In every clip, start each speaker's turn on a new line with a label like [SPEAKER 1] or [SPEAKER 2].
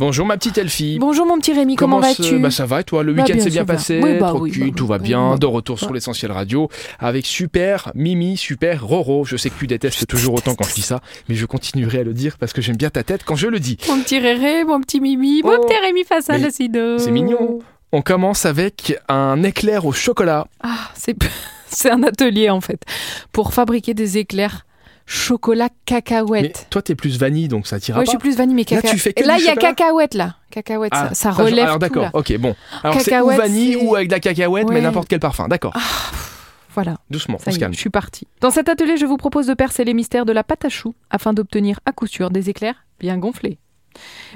[SPEAKER 1] Bonjour ma petite Elfie.
[SPEAKER 2] Bonjour mon petit Rémi, comment,
[SPEAKER 1] Commence-
[SPEAKER 2] vas-tu
[SPEAKER 1] Bah ça va et toi Le
[SPEAKER 2] Bah,
[SPEAKER 1] week-end
[SPEAKER 2] bien,
[SPEAKER 1] s'est bien
[SPEAKER 2] ça va.
[SPEAKER 1] passé,
[SPEAKER 2] Oui, bah oui,
[SPEAKER 1] tranquille,
[SPEAKER 2] bah
[SPEAKER 1] tout
[SPEAKER 2] oui,
[SPEAKER 1] va
[SPEAKER 2] bah
[SPEAKER 1] bien.
[SPEAKER 2] oui.
[SPEAKER 1] De retour sur
[SPEAKER 2] Ouais.
[SPEAKER 1] l'essentiel radio avec super Mimi, super Roro. Je sais que tu détestes toujours autant quand je dis ça, mais je continuerai à le dire parce que j'aime bien ta tête quand je le dis.
[SPEAKER 2] Mon petit Réré, mon petit Mimi,
[SPEAKER 1] Oh.
[SPEAKER 2] mon petit Rémi face à
[SPEAKER 1] Mais
[SPEAKER 2] l'acido.
[SPEAKER 1] c'est mignon. On commence avec un éclair au chocolat.
[SPEAKER 2] Ah, c'est c'est un atelier en fait pour fabriquer des éclairs chocolat
[SPEAKER 1] Mais
[SPEAKER 2] cacahuète.
[SPEAKER 1] toi t'es plus vanille donc ça t'ira
[SPEAKER 2] Ouais, je
[SPEAKER 1] pas.
[SPEAKER 2] suis plus vanille mais
[SPEAKER 1] Là,
[SPEAKER 2] cacahuète.
[SPEAKER 1] tu fais que
[SPEAKER 2] Et là
[SPEAKER 1] du
[SPEAKER 2] il y a
[SPEAKER 1] chocolat
[SPEAKER 2] cacahuète là, cacahuète
[SPEAKER 1] Ah,
[SPEAKER 2] ça, ça
[SPEAKER 1] je-
[SPEAKER 2] relève
[SPEAKER 1] Alors
[SPEAKER 2] tout
[SPEAKER 1] d'accord,
[SPEAKER 2] là.
[SPEAKER 1] ok bon. Alors c'est ou
[SPEAKER 2] Cacahuète,
[SPEAKER 1] vanille
[SPEAKER 2] c'est-
[SPEAKER 1] ou avec de la cacahuète mais
[SPEAKER 2] Ouais.
[SPEAKER 1] n'importe quel parfum. D'accord,
[SPEAKER 2] Voilà.
[SPEAKER 1] doucement,
[SPEAKER 2] Ça
[SPEAKER 1] on
[SPEAKER 2] y
[SPEAKER 1] se
[SPEAKER 2] est,
[SPEAKER 1] calme.
[SPEAKER 2] je suis partie. Dans cet atelier, je vous propose de percer les mystères de la pâte à choux afin d'obtenir à coup sûr des éclairs bien gonflés.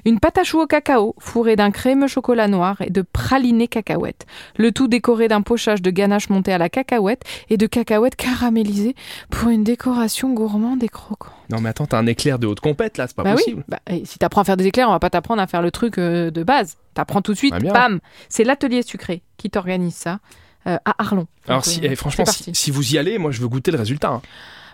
[SPEAKER 2] Une pâte à choux au cacao fourrée d'un crémeux chocolat noir et de praliné cacahuètes. Le tout décoré d'un pochage de ganache monté à la cacahuète et de cacahuètes caramélisées pour une décoration gourmande et croquante.
[SPEAKER 1] Non mais attends, t'as un éclair de haute compète là, c'est pas
[SPEAKER 2] bah
[SPEAKER 1] possible.
[SPEAKER 2] oui, bah, et si t'apprends à faire des éclairs, on va pas t'apprendre à faire le truc euh, de base. T'apprends tout de suite,
[SPEAKER 1] Bah bien.
[SPEAKER 2] bam C'est l'atelier sucré qui t'organise ça euh, à Arlon.
[SPEAKER 1] Alors,
[SPEAKER 2] Donc,
[SPEAKER 1] si,
[SPEAKER 2] euh,
[SPEAKER 1] eh, franchement,
[SPEAKER 2] c'est
[SPEAKER 1] si,
[SPEAKER 2] parti.
[SPEAKER 1] si vous y allez, moi, je veux goûter le résultat. hein.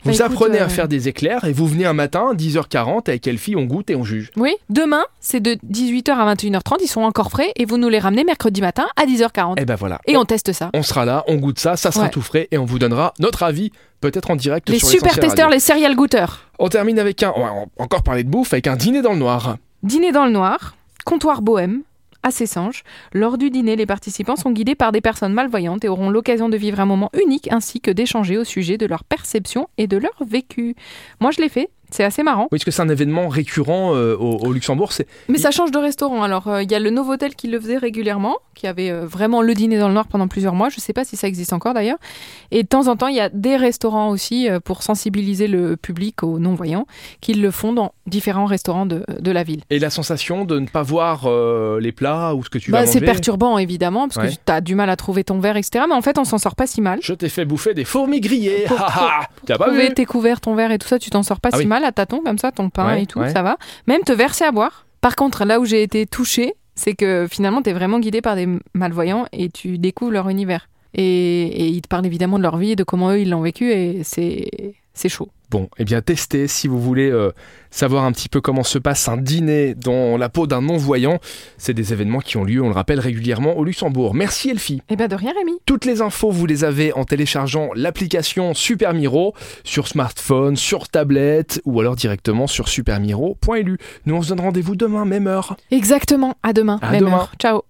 [SPEAKER 1] Vous
[SPEAKER 2] Bah, écoute,
[SPEAKER 1] apprenez à
[SPEAKER 2] euh,
[SPEAKER 1] faire des éclairs et vous venez un matin, 10h40, avec Elfie, on goûte et on juge.
[SPEAKER 2] Oui, demain, c'est de 18h à 21h30, ils sont encore frais et vous nous les ramenez mercredi matin à 10h40.
[SPEAKER 1] Et ben voilà.
[SPEAKER 2] Et on teste ça.
[SPEAKER 1] On sera là, on goûte ça, ça sera
[SPEAKER 2] Ouais.
[SPEAKER 1] tout frais et on vous donnera notre avis, peut-être en direct
[SPEAKER 2] Les
[SPEAKER 1] sur
[SPEAKER 2] super
[SPEAKER 1] l'essentiel
[SPEAKER 2] testeurs,
[SPEAKER 1] radio.
[SPEAKER 2] les serial goûteurs.
[SPEAKER 1] On termine avec un, on va encore parler de bouffe, avec un dîner dans le noir.
[SPEAKER 2] Dîner dans le noir, comptoir bohème, à Sessanges. Lors du dîner, les participants sont guidés par des personnes malvoyantes et auront l'occasion de vivre un moment unique ainsi que d'échanger au sujet de leur perception et de leur vécu. Moi, je l'ai fait. C'est assez marrant.
[SPEAKER 1] Oui, parce que c'est un événement récurrent euh, au, au Luxembourg. C'est
[SPEAKER 2] Mais ça change de restaurant. Alors, euh, il y a le Novotel qui le faisait régulièrement, qui avait euh, vraiment le dîner dans le noir pendant plusieurs mois. Je ne sais pas si ça existe encore d'ailleurs. Et de temps en temps, il y a des restaurants aussi euh, pour sensibiliser le public aux non-voyants qui le font dans différents restaurants de, de la ville.
[SPEAKER 1] et la sensation de ne pas voir euh, les plats ou ce que tu
[SPEAKER 2] Bah,
[SPEAKER 1] vas manger.
[SPEAKER 2] c'est perturbant évidemment parce
[SPEAKER 1] Ouais.
[SPEAKER 2] que tu as du mal à trouver ton verre, etc. Mais en fait, on s'en sort pas si mal.
[SPEAKER 1] Je t'ai fait bouffer des fourmis grillées. ha, ha. T'as pas vu
[SPEAKER 2] Trouver tes couverts, ton verre et tout ça, tu t'en sors pas
[SPEAKER 1] Ah
[SPEAKER 2] si
[SPEAKER 1] oui.
[SPEAKER 2] mal à tâtons comme ça, ton pain
[SPEAKER 1] Ouais,
[SPEAKER 2] et tout,
[SPEAKER 1] ouais.
[SPEAKER 2] ça va. Même te verser à boire. Par contre, là où j'ai été touchée, c'est que finalement, t'es vraiment guidé par des malvoyants et tu découvres leur univers. Et, et ils te parlent évidemment de leur vie et de comment eux ils l'ont vécu et c'est c'est chaud.
[SPEAKER 1] Bon, eh bien testez si vous voulez euh, savoir un petit peu comment se passe un dîner dans la peau d'un non-voyant. C'est des événements qui ont lieu, on le rappelle, régulièrement au Luxembourg. Merci Elfie.
[SPEAKER 2] Eh ben de rien, Rémi.
[SPEAKER 1] Toutes les infos, vous les avez en téléchargeant l'application Super Miro sur smartphone, sur tablette ou alors directement sur supermiro.lu. Nous, on se donne rendez-vous demain, même heure.
[SPEAKER 2] Exactement. À demain.
[SPEAKER 1] À
[SPEAKER 2] même
[SPEAKER 1] demain.
[SPEAKER 2] heure. Ciao.